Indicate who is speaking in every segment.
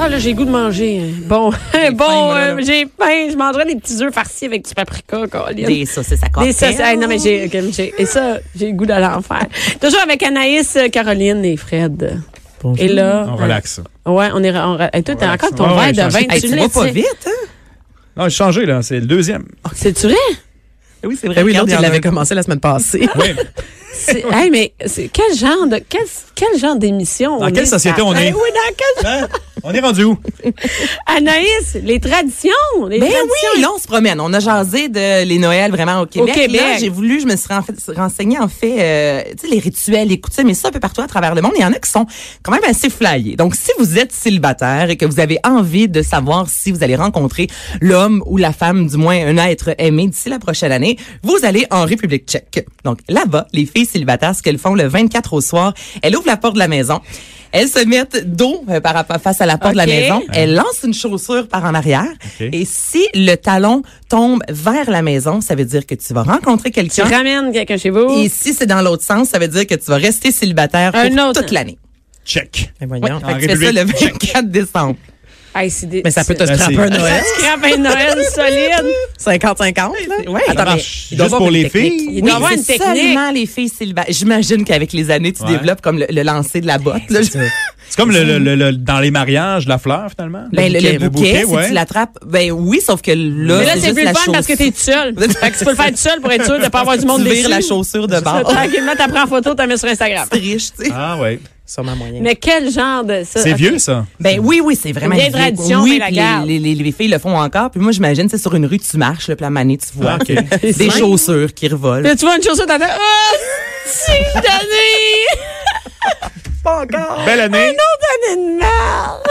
Speaker 1: Ah, là, j'ai le goût de manger. hein. Bon,
Speaker 2: faim,
Speaker 1: bon,
Speaker 2: moi, là,
Speaker 1: euh,
Speaker 2: là.
Speaker 1: j'ai faim. Je mangerai des petits œufs farcis avec du paprika, Colin.
Speaker 2: Des saucisses à
Speaker 1: Des
Speaker 2: cocktail.
Speaker 1: sauces. Hey, non, mais j'ai, ok, mais j'ai- et ça, j'ai le goût d'aller en faire. Toujours avec Anaïs, euh, Caroline et Fred. Et là.
Speaker 3: On relaxe.
Speaker 1: euh, ouais, on est. On, re- hey, toi, t'as
Speaker 3: relaxe.
Speaker 1: encore ton
Speaker 3: Ah ouais,
Speaker 1: verre de
Speaker 3: je
Speaker 1: vin.
Speaker 3: suis-
Speaker 2: Hey,
Speaker 1: tu
Speaker 2: tu vas
Speaker 1: l'as,
Speaker 2: pas
Speaker 1: sais.
Speaker 2: vite, hein?
Speaker 3: Non, j'ai changé, là. C'est le deuxième.
Speaker 1: C'est-tu vrai?
Speaker 2: Oui, c'est vrai.
Speaker 4: Ben oui,
Speaker 2: Regarde,
Speaker 4: l'autre, il
Speaker 2: en a
Speaker 4: l'avait
Speaker 2: un.
Speaker 4: commencé la semaine passée.
Speaker 3: Oui.
Speaker 1: C'est- hey, mais c'est, quel genre de. Quel, quel genre d'émission?
Speaker 3: Dans
Speaker 1: on
Speaker 3: quelle
Speaker 1: est,
Speaker 3: société
Speaker 1: ça?
Speaker 3: on est?
Speaker 1: Eh oui, dans quelle.
Speaker 3: Hein? On est rendu où?
Speaker 1: Anaïs, les traditions. Les
Speaker 2: Ben
Speaker 1: traditions.
Speaker 2: oui, là, on se promène. On a jasé de les Noëls vraiment au Québec.
Speaker 1: Québec.
Speaker 2: Là, j'ai voulu, je me suis ren- renseignée, en fait, euh, tu sais, les rituels, écoutez, mais ça un peu partout à travers le monde. Il y en a qui sont quand même assez flyés. Donc, si vous êtes célibataire et que vous avez envie de savoir si vous allez rencontrer l'homme ou la femme, du moins un être aimé d'ici la prochaine année, vous allez en République tchèque. Donc, là-bas, les filles célibataires, ce qu'elles font le 24 au soir, elles ouvrent la porte de la maison. Elles se mettent dos euh, par, rapport- face à la porte de
Speaker 1: Ok.
Speaker 2: la maison. Elles lancent une chaussure par en arrière.
Speaker 3: Ok.
Speaker 2: Et si le talon tombe vers la maison, ça veut dire que tu vas rencontrer
Speaker 1: Tu
Speaker 2: quelqu'un.
Speaker 1: ramènes quelqu'un chez vous.
Speaker 2: Et si c'est dans l'autre sens, ça veut dire que tu vas rester célibataire pour
Speaker 1: Un autre.
Speaker 2: toute l'année.
Speaker 3: Check.
Speaker 2: Ouais,
Speaker 4: voyons.
Speaker 2: fait que
Speaker 3: En
Speaker 2: tu fais ça le
Speaker 3: République.
Speaker 2: 24 décembre.
Speaker 1: Hey, c'est des-
Speaker 4: Mais ça peut te
Speaker 3: Là,
Speaker 4: scraper
Speaker 3: c'est-
Speaker 4: un Noël.
Speaker 1: Ça scrape un Noël solide.
Speaker 4: 50-50, là.
Speaker 2: Ouais.
Speaker 3: Ça
Speaker 4: Attends, mais
Speaker 3: marche.
Speaker 4: il doit
Speaker 3: Juste
Speaker 4: avoir
Speaker 3: pour
Speaker 4: une
Speaker 3: les
Speaker 4: technique.
Speaker 3: filles.
Speaker 1: Il doit y avoir
Speaker 2: c'est
Speaker 1: une technique.
Speaker 2: seulement les filles célibataires. J'imagine qu'avec les années, tu
Speaker 3: Ouais.
Speaker 2: développes comme le, le lancer de la botte. là.
Speaker 4: Euh,
Speaker 3: C'est comme le, le- le- le- dans les mariages, la fleur, finalement.
Speaker 2: Ben, le, le
Speaker 3: Le
Speaker 2: bouquet,
Speaker 3: bouquet,
Speaker 2: si
Speaker 3: ouais.
Speaker 2: tu l'attrapes, ben oui, sauf que là,
Speaker 1: Mais là, c'est
Speaker 2: juste
Speaker 1: plus
Speaker 2: la
Speaker 1: le fun parce que
Speaker 2: chaussure.
Speaker 1: t'es tout seul. Fait que tu peux le faire tout seul pour être sûr de ne pas avoir du monde
Speaker 2: Tu
Speaker 1: déçu.
Speaker 2: vires la chaussure de
Speaker 1: C'est ça,
Speaker 2: bord.
Speaker 1: Tranquillement, t'as pris en photo, t'as mis sur Instagram.
Speaker 2: C'est riche, tu sais.
Speaker 3: Ah, ouais.
Speaker 4: Sûrement moyen.
Speaker 1: Mais quel genre de ça?
Speaker 3: C'est vieux, ça.
Speaker 2: Ben oui, oui, c'est vraiment
Speaker 1: Vieille
Speaker 2: une vieille-
Speaker 1: tradition, mais
Speaker 2: Oui,
Speaker 1: la
Speaker 2: puis
Speaker 1: garde.
Speaker 2: les, les, les filles le font encore. Puis moi, j'imagine, c'est sur une rue, tu marches, le plan mané, tu vois
Speaker 3: Ah, OK.
Speaker 2: des chaussures qui revolent.
Speaker 1: Là, tu vois une chaussure, t'as fait Ah! C'est une année!
Speaker 2: Pas encore.
Speaker 3: Belle année.
Speaker 1: Une année de merde!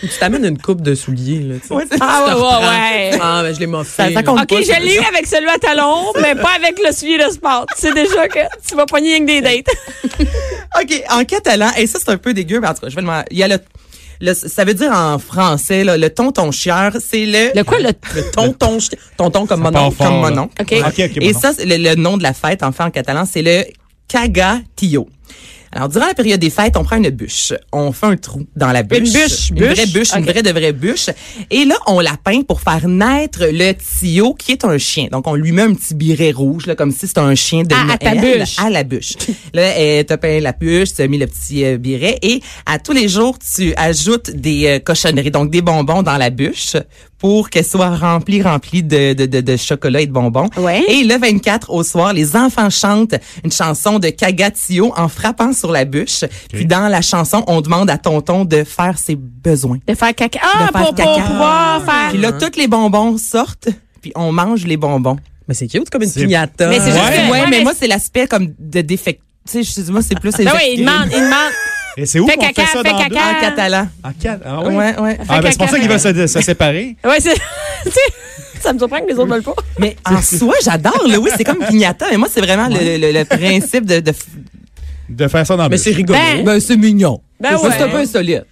Speaker 4: Tu t'amènes une coupe de souliers, là, tu sais.
Speaker 1: Ah, ouais, ouais, ouais.
Speaker 4: Ah, mais je l'ai
Speaker 2: Ça-
Speaker 4: moffé.
Speaker 2: ça compte.
Speaker 1: OK, je l'ai eu avec celui à talons, mais pas avec le suivi de sport. Tu sais déjà que tu vas pogner rien que des dates.
Speaker 2: Ah, OK, en catalan, et ça, c'est un peu dégueu, mais en tout cas, je vais demander. Il y a le. le- ça veut dire en français, là, le tonton chieur, c'est le.
Speaker 1: quoi, le.
Speaker 4: Le tonton, chi- tonton comme mon
Speaker 3: part
Speaker 4: oncle,
Speaker 3: fort,
Speaker 4: comme
Speaker 3: là.
Speaker 4: mon oncle.
Speaker 1: OK.
Speaker 3: OK, OK.
Speaker 2: Et
Speaker 3: bon,
Speaker 2: ça, c'est le, le nom de la fête, enfin, en catalan, c'est le cagatillo. Alors, durant la période des fêtes, on prend une bûche. On fait un trou dans la bûche.
Speaker 1: Une bûche,
Speaker 2: Une
Speaker 1: bûche.
Speaker 2: vraie bûche, une
Speaker 1: Ok.
Speaker 2: vraie de vraie bûche. Et là, on la peint pour faire naître le tio, qui est un chien. Donc, on lui met un petit biret rouge, là, comme si c'était un chien de
Speaker 1: Ah, à ta
Speaker 2: Noël,
Speaker 1: bûche.
Speaker 2: À la bûche. là, euh, t'as peint la bûche, t'as mis le petit euh, biret. Et à tous les jours, tu ajoutes des euh, cochonneries, donc des bonbons dans la bûche pour qu'elle soit remplie, remplie de, de, de, de chocolat et de bonbons.
Speaker 1: Ouais.
Speaker 2: Et le 24 au soir, les enfants chantent une chanson de Cagatio en frappant sur la bûche. Puis dans la chanson, on demande à Tonton de faire ses besoins.
Speaker 1: De faire caca. Ah,
Speaker 2: de faire
Speaker 1: pour, pour
Speaker 2: caca.
Speaker 1: pouvoir faire.
Speaker 2: Puis là, tous les bonbons sortent. Puis on mange les bonbons.
Speaker 4: Mais c'est cute, comme une
Speaker 3: C'est-
Speaker 4: pignata.
Speaker 1: Mais c'est juste
Speaker 3: Ouais.
Speaker 1: que-
Speaker 2: ouais,
Speaker 1: mais-
Speaker 2: mais moi, c'est l'aspect comme de défect. Tu sais, je- moi, c'est plus...
Speaker 1: Ben oui, il demande, il demande.
Speaker 3: Et c'est où
Speaker 1: Fais
Speaker 3: qu'on fait
Speaker 1: caca,
Speaker 3: ça
Speaker 1: fais
Speaker 3: dans
Speaker 1: caca.
Speaker 2: En catalan.
Speaker 3: En quatre. Ah, ouais.
Speaker 2: Ouais, ouais.
Speaker 3: Ah, ben, c'est pour
Speaker 1: caca.
Speaker 3: ça qu'ils veulent se, se séparer.
Speaker 1: Ouais, c'est. tu sais, ça me surprend que les autres veulent pas.
Speaker 2: Mais en soi, j'adore. là. Oui, c'est comme pignata. Mais moi, c'est vraiment le- le, le principe de... de f-
Speaker 3: De faire ça dans la
Speaker 4: Mais
Speaker 3: bûche.
Speaker 4: c'est rigolo.
Speaker 1: Ben,
Speaker 2: Ben, c'est mignon.
Speaker 1: Ben
Speaker 2: C'est- C'est un
Speaker 1: ouais.
Speaker 2: peu insolite.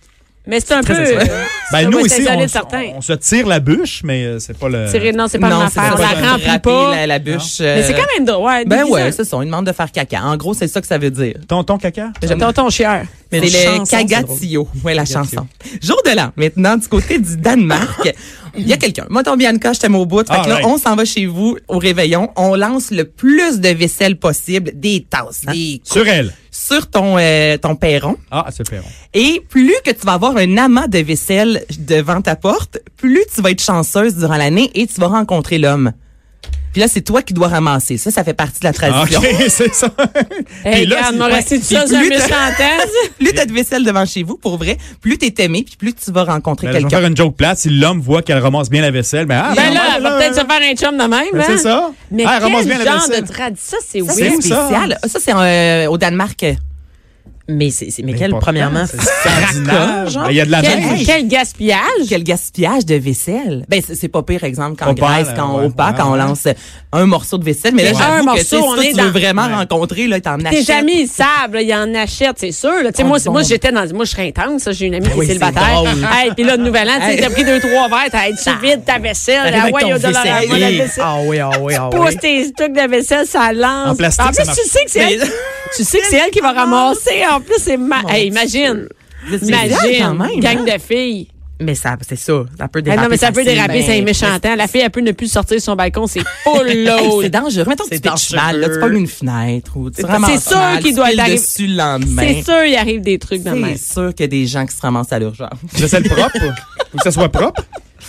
Speaker 1: Mais c'est un peu.
Speaker 4: Très
Speaker 1: euh,
Speaker 3: Ben,
Speaker 1: ça
Speaker 3: nous,
Speaker 1: va
Speaker 3: ici,
Speaker 1: s'isoler
Speaker 3: on,
Speaker 1: de certains.
Speaker 3: on se tire la bûche, mais euh, c'est pas le...
Speaker 1: Tirer- Non, c'est pas mon
Speaker 2: non, c'est
Speaker 1: affaire. On
Speaker 2: pas
Speaker 1: la
Speaker 2: de
Speaker 1: remplit
Speaker 2: râper
Speaker 1: pas.
Speaker 2: La, la bûche.
Speaker 1: Mais c'est quand même drôle. Ouais,
Speaker 2: Ben
Speaker 1: déguisant.
Speaker 2: ouais, c'est ça. On lui demande de faire caca. En gros, c'est ça que ça veut dire.
Speaker 3: Tonton caca?
Speaker 1: J'aime ton chieur.
Speaker 2: C'est
Speaker 4: Mais une chanson,
Speaker 2: le
Speaker 4: c'est
Speaker 2: cagatio. Ouais, la chanson. Jour de l'an. Maintenant, du côté du Danemark, il y a quelqu'un. Moi, ton Bianca, je t'aime au bout. Fait que là,
Speaker 3: Alright.
Speaker 2: on s'en va chez vous au réveillon. On lance le plus de vaisselle possible, des tasses,
Speaker 1: Hein?
Speaker 2: des
Speaker 3: Sur elle.
Speaker 2: sur ton, euh, ton perron.
Speaker 3: Ah, c'est le perron.
Speaker 2: Et plus que tu vas avoir un amas de vaisselle devant ta porte, plus tu vas être chanceuse durant l'année et tu vas rencontrer l'homme. Puis là, c'est toi qui dois ramasser. Ça, ça fait partie de la
Speaker 3: Ah,
Speaker 2: tradition.
Speaker 3: OK, c'est ça.
Speaker 1: Hey,
Speaker 3: Puis là,
Speaker 1: regarde,
Speaker 3: c'est-
Speaker 1: m'a resté tout
Speaker 2: Puis
Speaker 1: ça, c'est un
Speaker 2: plus t'as-
Speaker 1: méchant test.
Speaker 2: Plus t'as de vaisselle devant chez vous, pour vrai, plus t'es aimé, puis plus tu vas rencontrer
Speaker 3: Ben, je vais
Speaker 2: quelqu'un.
Speaker 3: faire une joke plate. Si l'homme voit qu'elle ramasse bien la vaisselle, ben, ah,
Speaker 1: Ben
Speaker 3: ben,
Speaker 1: là, elle va
Speaker 3: ben,
Speaker 1: peut-être se faire un chum de même.
Speaker 3: ben,
Speaker 1: hein?
Speaker 3: c'est ça.
Speaker 1: Mais
Speaker 3: Ah, elle ramasse bien
Speaker 1: quel
Speaker 3: la
Speaker 1: genre
Speaker 3: vaisselle.
Speaker 1: de tradition? Ça, c'est
Speaker 2: Ça, c'est
Speaker 1: weird.
Speaker 3: où, ça?
Speaker 2: spécial. Ah, Ça, c'est euh, au Danemark.
Speaker 4: Mais, c'est, c'est- mais quelle,
Speaker 3: Important,
Speaker 4: premièrement,
Speaker 3: c'est extraordinaire.
Speaker 4: genre.
Speaker 3: Ben, Il y a de la
Speaker 1: Quel,
Speaker 3: neige.
Speaker 1: quel gaspillage!
Speaker 2: Quel gaspillage de vaisselle. Ben, c'est c'est pas pire, exemple, qu'en
Speaker 3: Au bal,
Speaker 2: Grèce, quand
Speaker 3: ouais,
Speaker 2: au pas,
Speaker 3: ouais,
Speaker 2: quand on
Speaker 3: ouais.
Speaker 2: lance un morceau de vaisselle. Mais là,
Speaker 1: Ouais.
Speaker 2: j'avoue
Speaker 1: Un
Speaker 2: que tu sais, si
Speaker 1: morceau,
Speaker 2: toi,
Speaker 1: on est
Speaker 2: tu veux
Speaker 1: dans-
Speaker 2: vraiment
Speaker 3: Ouais.
Speaker 2: rencontrer, là, t'en achètes.
Speaker 1: Tes amis, ils savent, là, ils en achètent, c'est sûr. là. Tu sais,
Speaker 2: Oh,
Speaker 1: moi,
Speaker 2: du bon
Speaker 1: moi
Speaker 2: monde.
Speaker 1: j'étais dans. Moi, je serais intense. là. J'ai une amie qui est
Speaker 4: oui, c'est
Speaker 1: célibataire.
Speaker 4: drôle.
Speaker 1: Hey, puis là, de nouvel an, tu sais,
Speaker 2: Hey.
Speaker 1: t'as pris deux, trois verres, t'as hey, tu vides ta vaisselle.
Speaker 4: T'arrives
Speaker 1: Ah
Speaker 4: avec
Speaker 1: ouais, il y a
Speaker 4: ton
Speaker 1: de la
Speaker 4: vaisselle.
Speaker 1: moi, la vaisselle.
Speaker 4: Ah oui, ah oui, ah oui.
Speaker 1: Pousse tes trucs de vaisselle, ça lance.
Speaker 3: En plastique,
Speaker 1: plus,
Speaker 3: ça marche.
Speaker 1: tu sais que c'est elle, tu sais que c'est elle qui va ramasser. En plus, c'est ma... Hey, imagine.
Speaker 2: Vous êtes spécial, quand
Speaker 1: Imagine,
Speaker 2: même,
Speaker 1: gang
Speaker 2: hein?
Speaker 1: de filles.
Speaker 4: Mais ça, c'est ça. Ça peut
Speaker 1: Ah
Speaker 4: déraper.
Speaker 1: non, mais ça peut
Speaker 4: facile.
Speaker 1: déraper,
Speaker 4: Ben,
Speaker 1: c'est méchantant. La fille, elle peut ne plus sortir de son balcon, c'est full
Speaker 2: Hey,
Speaker 1: load.
Speaker 2: c'est dangereux. Mettons que tu
Speaker 4: C'est
Speaker 2: pitches mal, là, tu
Speaker 4: dangereux.
Speaker 2: pognes une fenêtre ou tu
Speaker 4: C'est
Speaker 2: ramasses
Speaker 1: sûr
Speaker 2: mal,
Speaker 1: qu'il
Speaker 2: tu
Speaker 1: doit
Speaker 2: piles
Speaker 1: être arrivé-
Speaker 2: dessus le lendemain.
Speaker 1: C'est sûr, il arrive des trucs dans le même.
Speaker 2: C'est sûr qu'il y a des gens qui se ramassent à l'urgence.
Speaker 3: Je sais le propre. Faut que ça soit propre.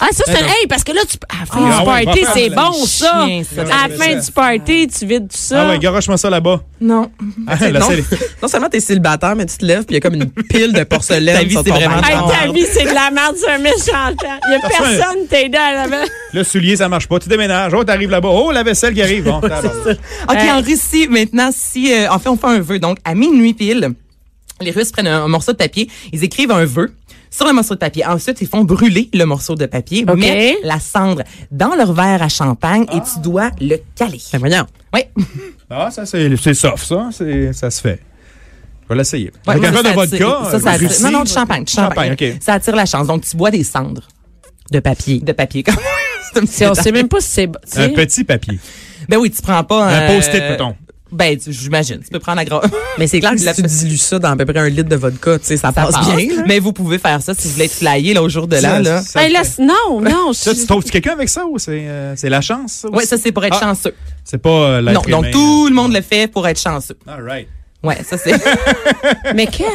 Speaker 1: Ah, ça, c'est. Hey, parce que là, tu. À la fin
Speaker 3: Ah
Speaker 1: du
Speaker 3: ouais,
Speaker 1: party,
Speaker 3: va
Speaker 1: c'est
Speaker 3: faire
Speaker 1: bon,
Speaker 2: le
Speaker 1: ça.
Speaker 2: chien, ça.
Speaker 1: À la fin du party, tu vides tout ça.
Speaker 3: Ah ouais, garoche-moi ça là-bas.
Speaker 2: Non.
Speaker 3: Ah, là,
Speaker 4: non,
Speaker 3: c'est-
Speaker 4: non seulement t'es célibataire, mais tu te lèves puis il y a comme une pile de porcelaine.
Speaker 2: Ta vie,
Speaker 4: sur
Speaker 2: c'est
Speaker 4: ton
Speaker 2: vraiment
Speaker 1: Hey,
Speaker 4: balcon.
Speaker 2: Ah.
Speaker 1: ta vie, c'est de la merde, c'est un méchant temps. Il n'y a
Speaker 3: Personne.
Speaker 1: personne qui t'aide à la
Speaker 3: Le soulier, ça marche pas. Tu déménages. Oh, t'arrives là-bas. Oh, la vaisselle qui arrive. Bon, tabarnak.
Speaker 2: OK,
Speaker 1: Hey.
Speaker 2: en Russie, maintenant, si, euh, en fait, on fait un vœu. Donc, à minuit pile, les Russes prennent un, un morceau de papier, ils écrivent un vœu sur le morceau de papier. Ensuite, ils font brûler le morceau de papier,
Speaker 1: OK.
Speaker 2: mettent la cendre dans leur verre à champagne et tu dois le caler.
Speaker 4: Ben, voyons.
Speaker 2: Oui.
Speaker 3: Ah, ça, c'est c'est soft, ça. C'est- Ça se fait. Je vais l'essayer.
Speaker 2: Ouais,
Speaker 3: Avec
Speaker 2: moi,
Speaker 3: un verre de
Speaker 2: ça attire-
Speaker 3: vodka.
Speaker 2: ça, ça
Speaker 3: euh,
Speaker 2: attire-
Speaker 3: Russie.
Speaker 2: Non, non, du champagne. du champagne.
Speaker 3: Champagne, OK.
Speaker 2: Ça attire la chance. Donc, tu bois des cendres
Speaker 4: De papier.
Speaker 2: de papier. comme- C'est un petit
Speaker 1: On
Speaker 2: peu
Speaker 1: sait même pas si c'est. bon, tu sais.
Speaker 3: Un petit papier.
Speaker 2: Ben oui, tu prends pas
Speaker 3: Un
Speaker 2: euh,
Speaker 3: post-it, mettons.
Speaker 2: Ben, tu- j'imagine. Tu peux prendre la gros.
Speaker 4: Mais c'est clair que si
Speaker 2: La-
Speaker 4: tu dilues ça dans à peu près un litre de vodka, tu sais, ça, passe, bien. là.
Speaker 2: Mais vous pouvez faire ça si vous voulez être flyé là, au jour de l'an. là.
Speaker 3: Ça-
Speaker 1: Hey, là, c'est- non, non.
Speaker 3: Ça,
Speaker 1: je-
Speaker 3: tu trouves quelqu'un avec ça ou c'est euh, c'est la chance? ça,
Speaker 2: Oui,
Speaker 3: aussi?
Speaker 2: ça, c'est pour être
Speaker 3: Ah.
Speaker 2: chanceux.
Speaker 3: C'est pas euh, l'être
Speaker 2: Non, donc
Speaker 3: humain,
Speaker 2: tout le monde le fait pour être chanceux.
Speaker 3: là. All right.
Speaker 2: Ouais, ça, c'est.
Speaker 1: Mais quel.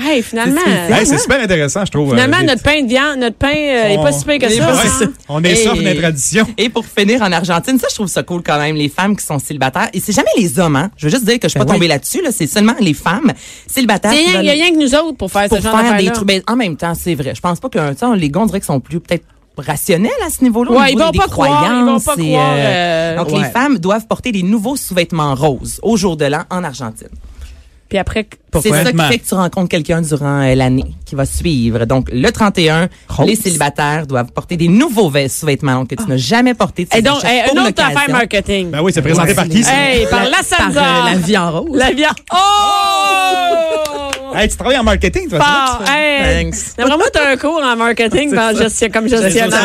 Speaker 1: Hey, finalement.
Speaker 3: Hey, c'est Oh. super intéressant, je trouve. euh,
Speaker 1: Finalement,
Speaker 3: les-
Speaker 1: notre pain de viande, notre pain euh, est
Speaker 3: On-
Speaker 1: pas si pire que
Speaker 2: Il est
Speaker 1: ça.
Speaker 2: pas
Speaker 3: Ouais,
Speaker 1: hein?
Speaker 3: On est
Speaker 2: Hey.
Speaker 3: sauf des traditions.
Speaker 2: Et pour finir en Argentine, ça, je trouve ça cool quand même, les femmes qui sont célibataires. Et c'est jamais les hommes, hein. Je veux juste dire que je suis pas
Speaker 4: Ben oui.
Speaker 2: tombée là-dessus, là. C'est seulement les femmes célibataires.
Speaker 1: C'est
Speaker 2: qui
Speaker 1: rien- Il y a
Speaker 2: veulent-
Speaker 1: rien que nous autres pour faire
Speaker 2: pour
Speaker 1: Ah, ce genre
Speaker 2: faire des
Speaker 1: d'affaires-là.
Speaker 2: trucs. Ben, en même temps, c'est vrai. Je pense pas que tu sais, les gars, on dirait qu'ils sont plus peut-être rationnels à ce niveau-là. au
Speaker 1: Ouais,
Speaker 2: niveau
Speaker 1: ils vont
Speaker 2: des
Speaker 1: pas croire, ils vont pas
Speaker 2: croyances et,
Speaker 1: croire, euh,
Speaker 2: donc, les
Speaker 4: ouais.
Speaker 2: femmes doivent porter des nouveaux sous-vêtements roses au jour de l'an en Argentine.
Speaker 1: Puis après,
Speaker 2: C'est ça qui
Speaker 3: Vêtements.
Speaker 2: fait que tu rencontres quelqu'un durant euh, l'année qui va suivre. Donc, le 31,
Speaker 4: Rose.
Speaker 2: les célibataires doivent porter des nouveaux vêtements- sous-vêtements donc, que tu n'as jamais porté. Tu
Speaker 1: Et
Speaker 2: les
Speaker 1: Ah. Eh donc,
Speaker 2: achètes
Speaker 1: hey,
Speaker 2: pour
Speaker 1: une autre affaire
Speaker 2: l'occasion.
Speaker 1: marketing.
Speaker 3: Ben oui, c'est présenté
Speaker 4: Ouais.
Speaker 3: par qui, ça?
Speaker 1: Hey, par la
Speaker 4: Par,
Speaker 1: Sanzar.
Speaker 4: euh, la vie en rose.
Speaker 1: La viande. Oh!
Speaker 3: Hey, tu travailles en marketing, toi?
Speaker 1: Par, hey,
Speaker 4: Thanks.
Speaker 1: D'après moi, t'as un cours en marketing ben, gestion- comme gestionnaire.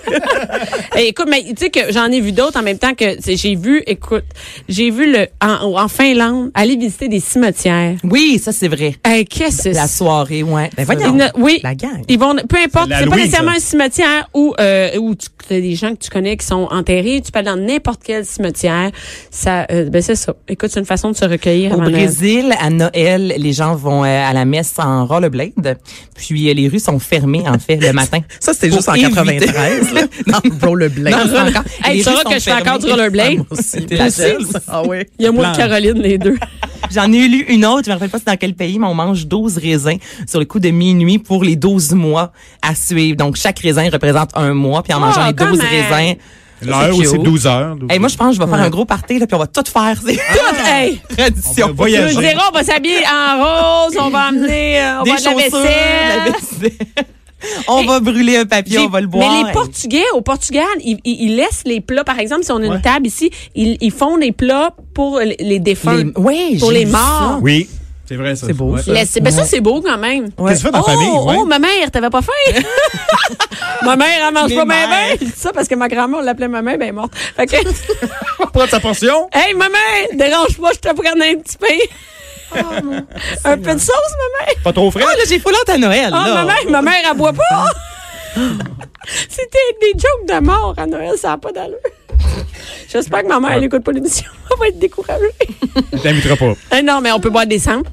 Speaker 1: Hey, écoute, mais tu sais que j'en ai vu d'autres en même temps que tu sais, j'ai vu, écoute, j'ai vu le en, en Finlande aller visiter des cimetières.
Speaker 2: Oui, ça, c'est vrai.
Speaker 1: Hey, qu'est-ce que c'est?
Speaker 2: La soirée, ouais. Ben,
Speaker 1: Ils
Speaker 2: voyons.
Speaker 1: ne- oui.
Speaker 4: La gang.
Speaker 1: Ils vont, peu importe,
Speaker 3: C'est de
Speaker 1: c'est pas
Speaker 3: l'Halloween,
Speaker 1: nécessairement
Speaker 3: ça.
Speaker 1: un cimetière où, euh, où tu as des gens que tu connais qui sont enterrés. Tu peux aller dans n'importe quel cimetière. Ça, euh, ben c'est ça. Écoute, c'est une façon de se recueillir.
Speaker 2: Au
Speaker 1: avant Noël.
Speaker 2: Brésil, à Noël, les gens vont euh, à la messe en rollerblade. Puis euh, les rues sont fermées, en fait, le matin.
Speaker 4: Ça, c'était
Speaker 2: Pour
Speaker 4: juste en
Speaker 2: éviter-
Speaker 4: 93. là. non, bro, le blé.
Speaker 2: Non, c'est encore-
Speaker 1: Hey,
Speaker 2: les
Speaker 1: tu
Speaker 2: rues
Speaker 1: sauras
Speaker 2: sont
Speaker 1: que je fais encore du
Speaker 2: fermées.
Speaker 1: rollerblade.
Speaker 2: Ah, moi aussi, t'es
Speaker 4: Toi
Speaker 2: la
Speaker 4: aussi?
Speaker 2: seule.
Speaker 4: Ah oui.
Speaker 1: Il y a moi et
Speaker 3: Plan.
Speaker 1: Caroline, les deux.
Speaker 2: J'en ai lu une autre, je me rappelle pas c'est dans quel pays, mais on mange 12 raisins sur le coup de minuit pour les 12 mois à suivre. Donc, chaque raisin représente un mois, puis en
Speaker 1: Oh,
Speaker 2: mangeant les
Speaker 1: quand
Speaker 2: 12
Speaker 1: même.
Speaker 2: raisins.
Speaker 3: L'heure où
Speaker 2: cute.
Speaker 3: c'est 12 heures. 12
Speaker 2: Hey, moi, je pense que je vais faire un gros party, là, puis on va tout faire. C'est
Speaker 1: Ah. Hey!
Speaker 2: une tradition.
Speaker 3: On va voyager.
Speaker 1: Nous dirons, on va s'habiller en rose, on va emmener, euh, on
Speaker 2: Des
Speaker 1: va de la
Speaker 2: chaussures,
Speaker 1: vaisselle.
Speaker 2: la vaisselle. on va brûler un papier,
Speaker 1: J'ai-
Speaker 2: on va le boire.
Speaker 1: Mais les
Speaker 2: Hey.
Speaker 1: Portugais, au Portugal, ils, ils- ils laissent les plats. Par exemple, si on a une
Speaker 3: Ouais.
Speaker 1: table ici, ils, ils font des plats pour les, les défunts.
Speaker 2: Les- ouais,
Speaker 1: pour
Speaker 2: j'ai
Speaker 1: les
Speaker 2: vu
Speaker 1: morts.
Speaker 2: ça.
Speaker 3: Oui, c'est vrai, ça.
Speaker 4: C'est beau,
Speaker 3: Ouais.
Speaker 4: ça.
Speaker 1: Laisse- ben ça, c'est beau quand même.
Speaker 3: Qu'est-ce que tu fais dans
Speaker 1: oh,
Speaker 3: la famille? ouais?
Speaker 1: oh, ma mère, t'avais pas faim? ma mère, elle mange
Speaker 2: Les
Speaker 1: pas ma mère.
Speaker 2: mères.
Speaker 1: Je dis ça parce que ma grand-mère, on l'appelait ma mère, ben elle est morte. Fait que,
Speaker 3: Prends ta portion.
Speaker 1: hey, maman, dérange-moi, je te prends un petit pain. Oh, un peu de sauce, ma mère.
Speaker 3: Pas trop frais.
Speaker 2: Ah, là, j'ai foulante à Noël.
Speaker 1: Ah,
Speaker 2: là.
Speaker 1: ma mère, ma mère, elle boit pas. C'était des jokes de mort à Noël, ça n'a pas d'allure. J'espère que ma mère, elle écoute pas l'émission. Elle va être découragée.
Speaker 3: Elle t'invitera pas.
Speaker 1: Eh non, mais on peut boire des cendres.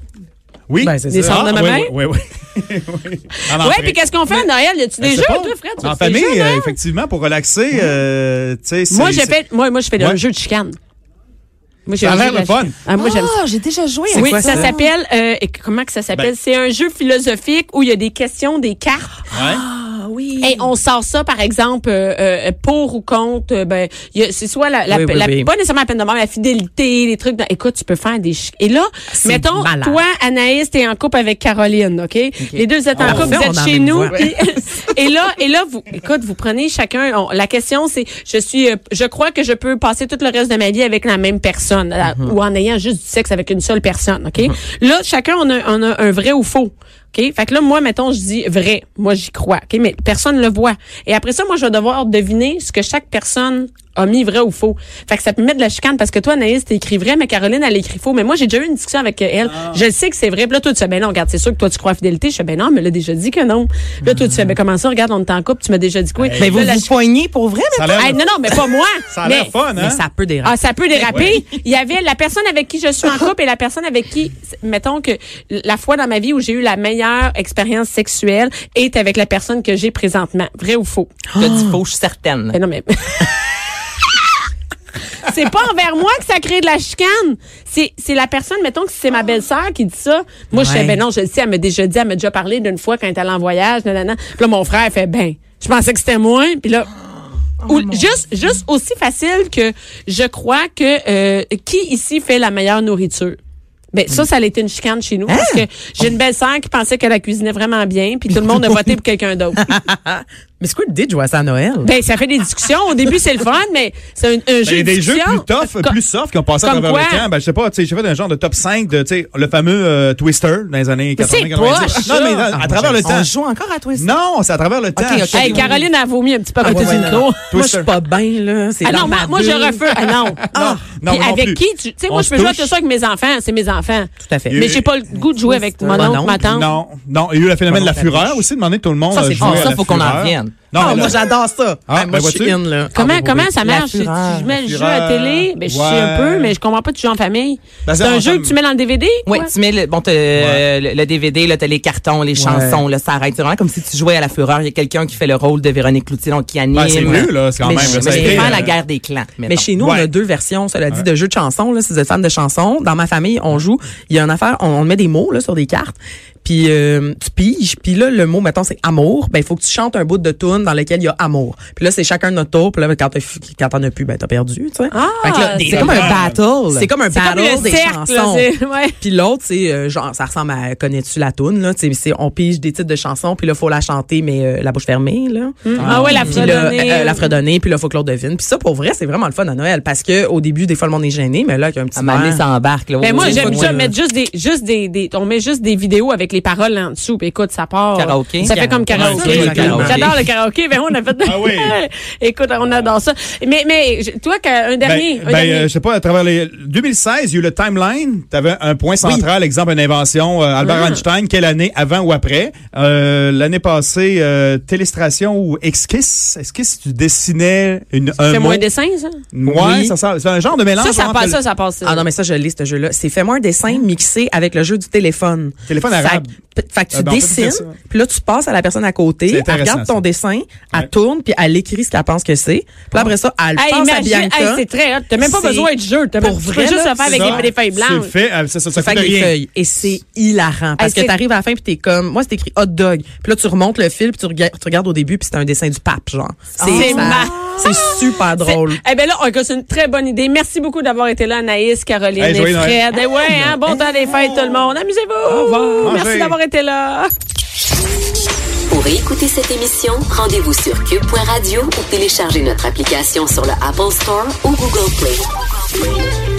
Speaker 3: Oui.
Speaker 4: Ben, c'est
Speaker 1: Des
Speaker 4: ça.
Speaker 1: cendres de ma
Speaker 3: oui,
Speaker 1: mère?
Speaker 3: Oui, oui. oui. En
Speaker 1: Ouais,
Speaker 3: entrée.
Speaker 1: puis qu'est-ce qu'on fait à Noël? Y a-tu
Speaker 3: Je
Speaker 1: des
Speaker 3: sais
Speaker 1: jeux,
Speaker 3: pas.
Speaker 1: toi, Fred? Tu
Speaker 3: En
Speaker 1: fais des
Speaker 3: famille,
Speaker 1: jeux,
Speaker 3: euh,
Speaker 1: hein?
Speaker 3: effectivement, pour relaxer, euh, tu sais, c'est-
Speaker 1: Moi, j'ai
Speaker 3: c'est-
Speaker 1: fait, moi, moi, je fais le
Speaker 3: Ouais.
Speaker 1: jeu de chicane. Moi, j'ai
Speaker 3: Ça a
Speaker 1: un
Speaker 3: l'air
Speaker 1: jeu de
Speaker 3: le
Speaker 1: la
Speaker 3: fun.
Speaker 1: chicane. Ah, moi, j'aime ça.
Speaker 2: Ah, j'ai déjà joué à
Speaker 1: Oui,
Speaker 2: ça.
Speaker 1: ça s'appelle, euh, et comment que ça s'appelle?
Speaker 3: Ben-
Speaker 1: C'est un jeu philosophique où il y a des questions, des cartes.
Speaker 3: Ouais.
Speaker 4: Ah oui.
Speaker 1: Et on sort ça, par exemple, euh, euh, pour ou contre. euh, ben, il y a- c'est soit la, la,
Speaker 4: Oui, oui,
Speaker 1: la-
Speaker 4: oui.
Speaker 1: pas nécessairement la peine de mort, mais la fidélité, les trucs. dans- écoute, tu peux faire des. chi- Et là,
Speaker 3: Ah,
Speaker 1: mettons,
Speaker 4: malade.
Speaker 1: toi, Anaïs, t'es en couple avec Caroline, ok? Les deux vous êtes en
Speaker 4: On
Speaker 1: couple,
Speaker 4: fait,
Speaker 1: vous
Speaker 4: on
Speaker 1: êtes
Speaker 4: en
Speaker 1: chez
Speaker 4: même
Speaker 1: nous.
Speaker 4: voix.
Speaker 1: puis- et là, et là, vous, écoute, vous prenez chacun. on- la question, c'est, je suis, euh, je crois que je peux passer tout le reste de ma vie avec la même personne, euh,
Speaker 4: Mm-hmm.
Speaker 1: ou en ayant juste du sexe avec une seule personne, ok? Là, chacun on a, on a un vrai ou faux. OK? Fait que là, moi, mettons, je dis vrai. Moi, j'y crois. OK? Mais personne ne le voit. Et après ça, moi, je vais devoir deviner ce que chaque personne a mis vrai ou faux. Fait que ça peut mettre de la chicane parce que toi, Anaïs, t'es écrit vrai, mais Caroline, elle écrit faux. Mais moi, j'ai déjà eu une discussion avec euh, elle.
Speaker 3: Ah.
Speaker 1: Je le sais que c'est vrai. Puis là, toi, tu fais, ben non, regarde, c'est sûr que toi, tu crois à la fidélité. Je fais, ben non, mais l'a déjà dit que non. Puis là, toi, tu fais, ben comment ça, regarde, on est en couple, tu m'as déjà dit que oui.
Speaker 3: Ben,
Speaker 2: Mais vous
Speaker 1: Là, la
Speaker 2: vous
Speaker 1: chi-
Speaker 2: poignez pour vrai,
Speaker 3: Ça a
Speaker 2: mais
Speaker 3: l'air
Speaker 1: Hey, non, non, mais pas moi.
Speaker 3: ça a l'air
Speaker 1: Mais-
Speaker 3: fun, hein?
Speaker 4: Mais ça peut déraper.
Speaker 1: ah, ça peut déraper. Il y avait la personne avec qui je suis en couple et la personne avec qui, mettons que la fois dans ma vie où j'ai eu la meilleure expérience sexuelle est avec la personne que j'ai présentement. Vrai ou faux?
Speaker 2: je
Speaker 1: Ah.
Speaker 2: dis faux, je suis certaine.
Speaker 1: Mais Eh non, mais. C'est pas envers moi que ça crée de la chicane. C'est, c'est la personne, mettons que c'est ma belle-sœur qui dit ça. Moi, je fais,
Speaker 4: Ouais.
Speaker 1: ben non, je le sais, elle m'a déjà dit, elle m'a déjà parlé d'une fois quand elle est allée en voyage, nanana. Puis là, mon frère, il fait, ben, je pensais que c'était moi. Puis là, ou- juste, juste aussi facile que je crois que euh, qui ici fait la meilleure nourriture? Ben, ça, ça a été une chicane chez nous. Parce que j'ai une belle-sœur qui pensait qu'elle la cuisinait vraiment bien, puis tout le monde a voté pour quelqu'un d'autre.
Speaker 4: Mais c'est quoi l'idée de jouer à ça à Noël?
Speaker 1: Ben, ça fait des discussions. Au début, c'est le fun, mais c'est un, un jeu
Speaker 3: Ben, Il y
Speaker 1: de
Speaker 3: a des jeux
Speaker 1: discussion.
Speaker 3: plus tough,
Speaker 1: Co-
Speaker 3: plus soft qui ont passé à
Speaker 1: comme
Speaker 3: travers
Speaker 1: quoi?
Speaker 3: le temps. Ben, je sais pas, tu sais, j'ai fait un genre de top 5 de, tu sais, le fameux euh, Twister dans les années
Speaker 1: Mais c'est
Speaker 3: 80, 90.
Speaker 1: poche,
Speaker 3: Non,
Speaker 1: ça.
Speaker 3: mais non,
Speaker 4: Ah,
Speaker 3: à travers le temps.
Speaker 2: On joue encore à Twister.
Speaker 3: Non, c'est à travers le temps.
Speaker 2: ok.
Speaker 1: Hey, Caroline a vomi un petit peu à côté
Speaker 4: Ah, ouais,
Speaker 1: du
Speaker 4: ouais,
Speaker 1: micro.
Speaker 4: Moi, je suis pas bien, là. C'est
Speaker 1: Ah non,
Speaker 4: dans
Speaker 1: moi,
Speaker 4: ma
Speaker 1: moi, je
Speaker 4: bulle.
Speaker 1: refuse. Ah non. Ah.
Speaker 3: non,
Speaker 1: Puis
Speaker 3: moi non
Speaker 1: avec
Speaker 3: plus.
Speaker 1: qui tu tu sais moi
Speaker 3: On
Speaker 1: je peux
Speaker 3: se
Speaker 1: jouer à
Speaker 3: touche.
Speaker 1: tout ça avec mes enfants, c'est mes enfants.
Speaker 4: Tout à fait.
Speaker 1: Mais j'ai pas le goût de jouer avec mon
Speaker 4: Mon
Speaker 1: oncle,
Speaker 4: oncle.
Speaker 1: ma tante.
Speaker 3: Non, non, il y a eu le phénomène de la
Speaker 4: Pardon, la
Speaker 3: fureur
Speaker 4: bouche.
Speaker 3: aussi, demander tout le monde.
Speaker 2: Ça,
Speaker 3: euh,
Speaker 2: c'est
Speaker 3: jouer
Speaker 2: bon.
Speaker 3: à
Speaker 2: Ça,
Speaker 3: la
Speaker 2: faut qu'on en
Speaker 3: fureur.
Speaker 2: revienne.
Speaker 3: Non,
Speaker 4: Ah,
Speaker 3: mais
Speaker 4: moi,
Speaker 3: là-
Speaker 4: j'adore ça.
Speaker 3: Ah,
Speaker 4: Ah, moi,
Speaker 3: ben,
Speaker 4: je suis
Speaker 3: vois-tu?
Speaker 4: in, là.
Speaker 1: Comment
Speaker 4: Ah, bon,
Speaker 1: comment
Speaker 4: oui.
Speaker 1: ça
Speaker 2: La
Speaker 1: marche Tu-
Speaker 2: fureur.
Speaker 1: tu- Je mets le
Speaker 3: La
Speaker 1: jeu à
Speaker 3: fureur.
Speaker 1: télé, ben je suis un
Speaker 3: Ouais.
Speaker 1: peu mais je comprends pas tu joues en famille.
Speaker 3: Ben,
Speaker 1: c'est
Speaker 3: ça,
Speaker 1: un
Speaker 3: on-
Speaker 1: jeu que tu mets dans le DVD
Speaker 2: Oui,
Speaker 1: quoi?
Speaker 2: tu mets le, bon, t'as, euh, le, le DVD, là, t'as les cartons, les chansons, là, ça arrête. C'est vraiment comme si tu jouais à la fureur. Il y a quelqu'un qui fait le rôle de Véronique Cloutier, donc qui anime.
Speaker 3: Ben, c'est mieux, là, c'est quand
Speaker 2: mais
Speaker 3: même.
Speaker 2: je-
Speaker 3: ça a
Speaker 2: mais je
Speaker 3: été,
Speaker 2: préfère
Speaker 3: euh,
Speaker 2: la guerre des clans.
Speaker 4: Mais
Speaker 2: mettons.
Speaker 4: chez nous, on a
Speaker 3: Ouais.
Speaker 4: deux versions, cela dit, de jeux de chansons. Là, si vous êtes fan de chansons, dans ma famille, on joue. Il y a une affaire, on, on met des mots là sur des cartes. Puis euh, tu piges. Puis là, le mot, mettons, c'est amour. Ben, il faut que tu chantes un bout de tune dans lequel il y a amour. Puis là, c'est chacun de notre tour. Puis là, quand t'as fi- quand t'en as plus, ben t'as perdu, tu sais.
Speaker 1: Ah,
Speaker 4: Fait que là,
Speaker 1: c'est
Speaker 4: c'est comme un
Speaker 2: battle.
Speaker 4: c'est comme un
Speaker 1: C'est comme
Speaker 4: battle
Speaker 1: le
Speaker 4: des
Speaker 1: cercle, là,
Speaker 4: chansons.
Speaker 1: c'est- ouais.
Speaker 4: Puis l'autre, c'est euh, genre, ça ressemble à connais-tu la toune là, Tu sais, c'est on pige des titres de chansons, puis là faut la chanter mais euh, la bouche fermée là.
Speaker 1: Ah ouais, la
Speaker 4: Puis là,
Speaker 1: fredonnée.
Speaker 4: euh, euh, la fredonnée, puis là faut que l'autre devine. Puis ça pour vrai, c'est vraiment le fun à Noël parce que au début des fois le monde est gêné, mais là avec un petit
Speaker 2: À Mané
Speaker 4: verre-
Speaker 2: s'embarque, là.
Speaker 1: Ben moi
Speaker 2: Oui,
Speaker 1: j'aime
Speaker 2: oui,
Speaker 1: ça
Speaker 2: oui.
Speaker 1: mettre juste des juste des, des- on met juste des vidéos avec les paroles en dessous. Puis écoute, ça part.
Speaker 2: Karaoké.
Speaker 1: Ça fait comme karaoké.
Speaker 2: Karaoké,
Speaker 1: J'adore
Speaker 2: karaoké.
Speaker 1: J'adore le karaoké. Ben on a fait
Speaker 3: Ah oui.
Speaker 1: écoute, on adore ça. Mais mais je- toi qu'un- un dernier,
Speaker 3: Ben,
Speaker 1: un
Speaker 3: ben,
Speaker 1: dernier.
Speaker 3: euh, je sais pas, à travers les 2016, il y a eu le timeline. Tu avais un point central, exemple, une invention. euh, Albert
Speaker 1: Ah.
Speaker 3: Einstein, quelle année, avant ou après? Euh, L'année passée, euh, Télestration ou Esquisse. Esquisse, tu dessinais une, un
Speaker 1: Fais-moi
Speaker 3: mot.
Speaker 1: un dessin ça.
Speaker 3: Ouais,
Speaker 4: Oui.
Speaker 3: ça, sert- c'est un genre de mélange.
Speaker 1: Ça ça
Speaker 3: entre
Speaker 1: passe
Speaker 3: le
Speaker 1: ça ça passe. ça. Ah.
Speaker 4: Ah non mais ça je lis ce jeu là, c'est fais-moi un dessin mixé avec le jeu du téléphone.
Speaker 3: Téléphone
Speaker 4: Fait-
Speaker 3: arabe.
Speaker 4: p- Fait que
Speaker 3: Ah,
Speaker 4: tu
Speaker 3: ben, on peut faire ça.
Speaker 4: dessines, puis là tu passes à la personne à
Speaker 3: C'est
Speaker 4: côté, elle
Speaker 3: intéressant,
Speaker 4: regarde ton
Speaker 3: ça.
Speaker 4: dessin, elle
Speaker 3: Ouais.
Speaker 4: tourne puis elle écrit ce qu'elle pense que c'est. Puis là, après ça, elle
Speaker 1: Hey,
Speaker 4: passe à
Speaker 1: imagine,
Speaker 4: Bianca.
Speaker 1: hey, c'est très hot. T'as même pas
Speaker 4: C'est-
Speaker 1: besoin de jeu. T'as même-
Speaker 4: pour
Speaker 1: tu peux
Speaker 4: vrai,
Speaker 1: juste
Speaker 4: là,
Speaker 1: le faire avec
Speaker 3: ça,
Speaker 1: des, des feuilles blanches.
Speaker 3: C'est fait, euh, ça, ça, ça
Speaker 4: Tu fais
Speaker 3: coûte
Speaker 4: avec des
Speaker 3: rien.
Speaker 4: feuilles. Et c'est hilarant. Parce
Speaker 1: Hey, c'est-
Speaker 4: que t'arrives à la fin puis t'es comme, moi, c'est écrit hot dog. Puis là, tu remontes le fil puis tu, rega- tu regardes au début puis c'est un dessin du pape, genre.
Speaker 1: C'est
Speaker 4: ça-
Speaker 1: marrant.
Speaker 4: C'est super drôle.
Speaker 1: Eh ben là, on- c'est une très bonne idée. Merci beaucoup d'avoir été là, Anaïs, Caroline
Speaker 3: Hey,
Speaker 1: et
Speaker 3: joyeux Noël.
Speaker 1: Fred. Eh ouais, hein, bon temps des fêtes, tout le monde. Amusez-vous. Merci
Speaker 3: Mangez.
Speaker 1: d'avoir été là.
Speaker 5: Pour écouter cette émission, rendez-vous sur cube.radio ou téléchargez notre application sur le Apple Store ou Google Play.